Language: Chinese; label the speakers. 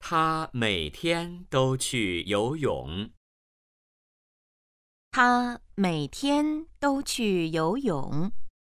Speaker 1: 他每天都去游泳。
Speaker 2: 他每天都去游泳。